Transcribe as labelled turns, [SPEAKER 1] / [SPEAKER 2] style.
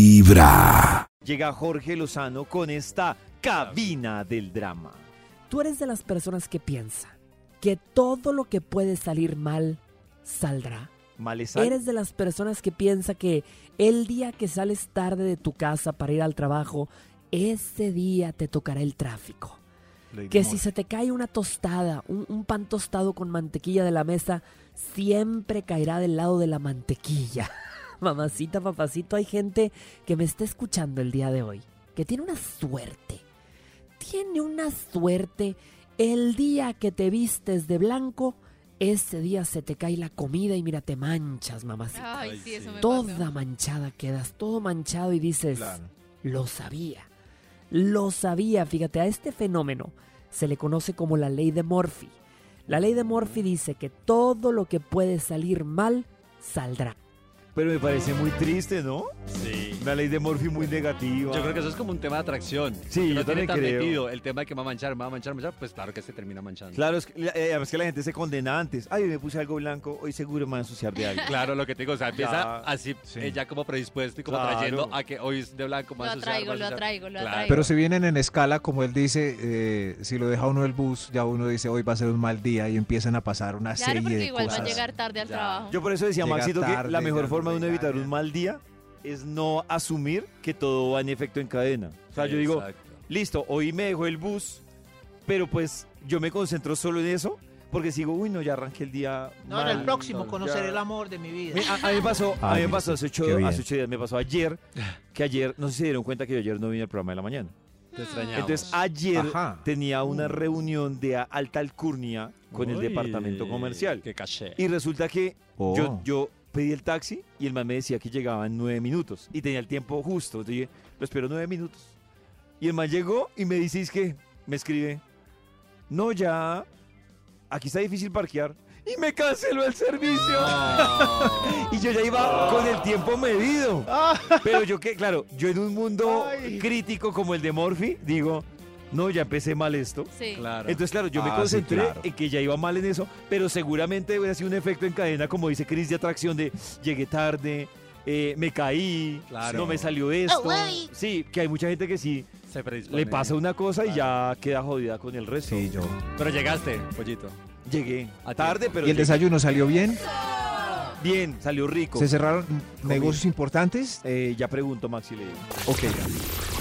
[SPEAKER 1] Vibra.
[SPEAKER 2] Llega Jorge Lozano con esta cabina del drama.
[SPEAKER 3] Tú eres de las personas que piensa que todo lo que puede salir mal saldrá.
[SPEAKER 2] Malestar.
[SPEAKER 3] Eres de las personas que piensa que el día que sales tarde de tu casa para ir al trabajo, ese día te tocará el tráfico. Que si se te cae una tostada, un, un pan tostado con mantequilla de la mesa, siempre caerá del lado de la mantequilla. Mamacita, papacito, hay gente que me está escuchando el día de hoy, que tiene una suerte. Tiene una suerte. El día que te vistes de blanco, ese día se te cae la comida y mira, te manchas, mamacita.
[SPEAKER 4] Ay,
[SPEAKER 5] sí.
[SPEAKER 4] sí, eso me
[SPEAKER 3] Toda
[SPEAKER 4] pasó.
[SPEAKER 3] manchada quedas, todo manchado y dices...
[SPEAKER 5] Claro.
[SPEAKER 3] Lo sabía. Lo sabía. Fíjate, a este fenómeno se le conoce como la ley de Murphy. La ley de Murphy dice que todo lo que puede salir mal saldrá.
[SPEAKER 2] Pero me parece muy triste, ¿no?
[SPEAKER 5] Sí.
[SPEAKER 2] Una ley de Morphy muy negativa.
[SPEAKER 5] Yo creo que eso es como un tema de atracción.
[SPEAKER 2] Sí,
[SPEAKER 5] Que
[SPEAKER 2] yo
[SPEAKER 5] no
[SPEAKER 2] también
[SPEAKER 5] tiene tan
[SPEAKER 2] creo.
[SPEAKER 5] metido el tema de que me va a manchar, me va a manchar, me va a manchar, pues claro que se termina manchando.
[SPEAKER 2] Claro, es que, eh, además que la gente se condena antes. Ay, hoy me puse algo blanco, hoy seguro me van a ensuciar de algo.
[SPEAKER 5] Claro, lo que te digo, o sea, empieza
[SPEAKER 2] Ya,
[SPEAKER 5] así,
[SPEAKER 6] sí.
[SPEAKER 5] eh, ya como predispuesto y como
[SPEAKER 2] Claro.
[SPEAKER 5] trayendo a que hoy es de blanco
[SPEAKER 4] Lo
[SPEAKER 5] más
[SPEAKER 4] atraigo, lo atraigo, lo
[SPEAKER 5] Claro.
[SPEAKER 4] atraigo.
[SPEAKER 6] Pero si vienen en escala, como él dice, eh, si lo deja uno el bus, ya uno dice hoy va a ser un mal día y empiezan a pasar una
[SPEAKER 4] Claro,
[SPEAKER 6] serie
[SPEAKER 4] porque
[SPEAKER 6] de
[SPEAKER 4] igual va a
[SPEAKER 6] cosas.
[SPEAKER 4] llegar tarde al
[SPEAKER 5] Ya.
[SPEAKER 4] trabajo.
[SPEAKER 2] Yo por eso decía,
[SPEAKER 6] Llega
[SPEAKER 2] Maxito, que la
[SPEAKER 6] tarde,
[SPEAKER 2] mejor
[SPEAKER 6] ya
[SPEAKER 2] forma de uno
[SPEAKER 6] no
[SPEAKER 2] evitar
[SPEAKER 6] regaña.
[SPEAKER 2] un mal día es no asumir que todo va en efecto en cadena. O sea, yo digo, listo, hoy me dejó el bus, pero pues yo me concentro solo en eso, porque sigo, uy, no, ya arranqué el día.
[SPEAKER 7] No, en el
[SPEAKER 2] mal,
[SPEAKER 7] próximo
[SPEAKER 2] no,
[SPEAKER 7] conoceré
[SPEAKER 2] ya".
[SPEAKER 7] el amor de mi vida.
[SPEAKER 2] Mi- A, a mí me pasó, a mí
[SPEAKER 6] Ay,
[SPEAKER 2] me pasó hace ocho,
[SPEAKER 6] qué bien.
[SPEAKER 2] hace ocho días, me pasó ayer, que ayer, no sé si se dieron cuenta que yo ayer no vine al programa de la mañana.
[SPEAKER 5] te
[SPEAKER 7] Ah,
[SPEAKER 5] extrañamos.
[SPEAKER 2] Entonces ah, ayer
[SPEAKER 6] Ajá.
[SPEAKER 2] tenía una reunión de a- alta alcurnia con el
[SPEAKER 5] Uy,
[SPEAKER 2] departamento comercial.
[SPEAKER 5] Qué caché.
[SPEAKER 2] Y resulta que
[SPEAKER 6] Oh.
[SPEAKER 2] yo, yo pedí el taxi y el man me decía que llegaba en nueve minutos y tenía el tiempo justo. Entonces dije, lo espero nueve minutos. Y el man llegó y me dice, es que me escribe, no ya, aquí está difícil parquear. Y me canceló el servicio.
[SPEAKER 5] Ah,
[SPEAKER 2] y yo ya iba con el tiempo medido. Pero yo que, claro, yo en un mundo crítico como el de Morphy, digo, no, ya empecé mal esto.
[SPEAKER 4] Sí.
[SPEAKER 5] Claro.
[SPEAKER 2] Entonces, claro, yo me
[SPEAKER 6] Ah, sí,
[SPEAKER 2] concentré
[SPEAKER 6] claro.
[SPEAKER 2] en que ya iba mal en eso, pero seguramente hubiera sido un efecto en cadena, como dice Chris, de atracción de llegué tarde, eh, me caí,
[SPEAKER 5] Claro.
[SPEAKER 2] no me salió esto.
[SPEAKER 7] Ah, güey.
[SPEAKER 2] sí, que hay mucha gente que sí
[SPEAKER 5] se predispone.
[SPEAKER 2] le pasa una cosa y ya queda jodida con el resto.
[SPEAKER 6] Sí, yo.
[SPEAKER 5] Pero llegaste, pollito.
[SPEAKER 2] Llegué
[SPEAKER 5] A
[SPEAKER 2] tarde, pero
[SPEAKER 6] ¿Y el
[SPEAKER 2] llegué.
[SPEAKER 6] desayuno salió bien?
[SPEAKER 2] bien, salió rico.
[SPEAKER 6] ¿Se cerraron negocios importantes?
[SPEAKER 2] Eh, ya pregunto, Maxi, le digo.
[SPEAKER 6] Ok.